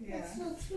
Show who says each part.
Speaker 1: Yeah.
Speaker 2: That's not true.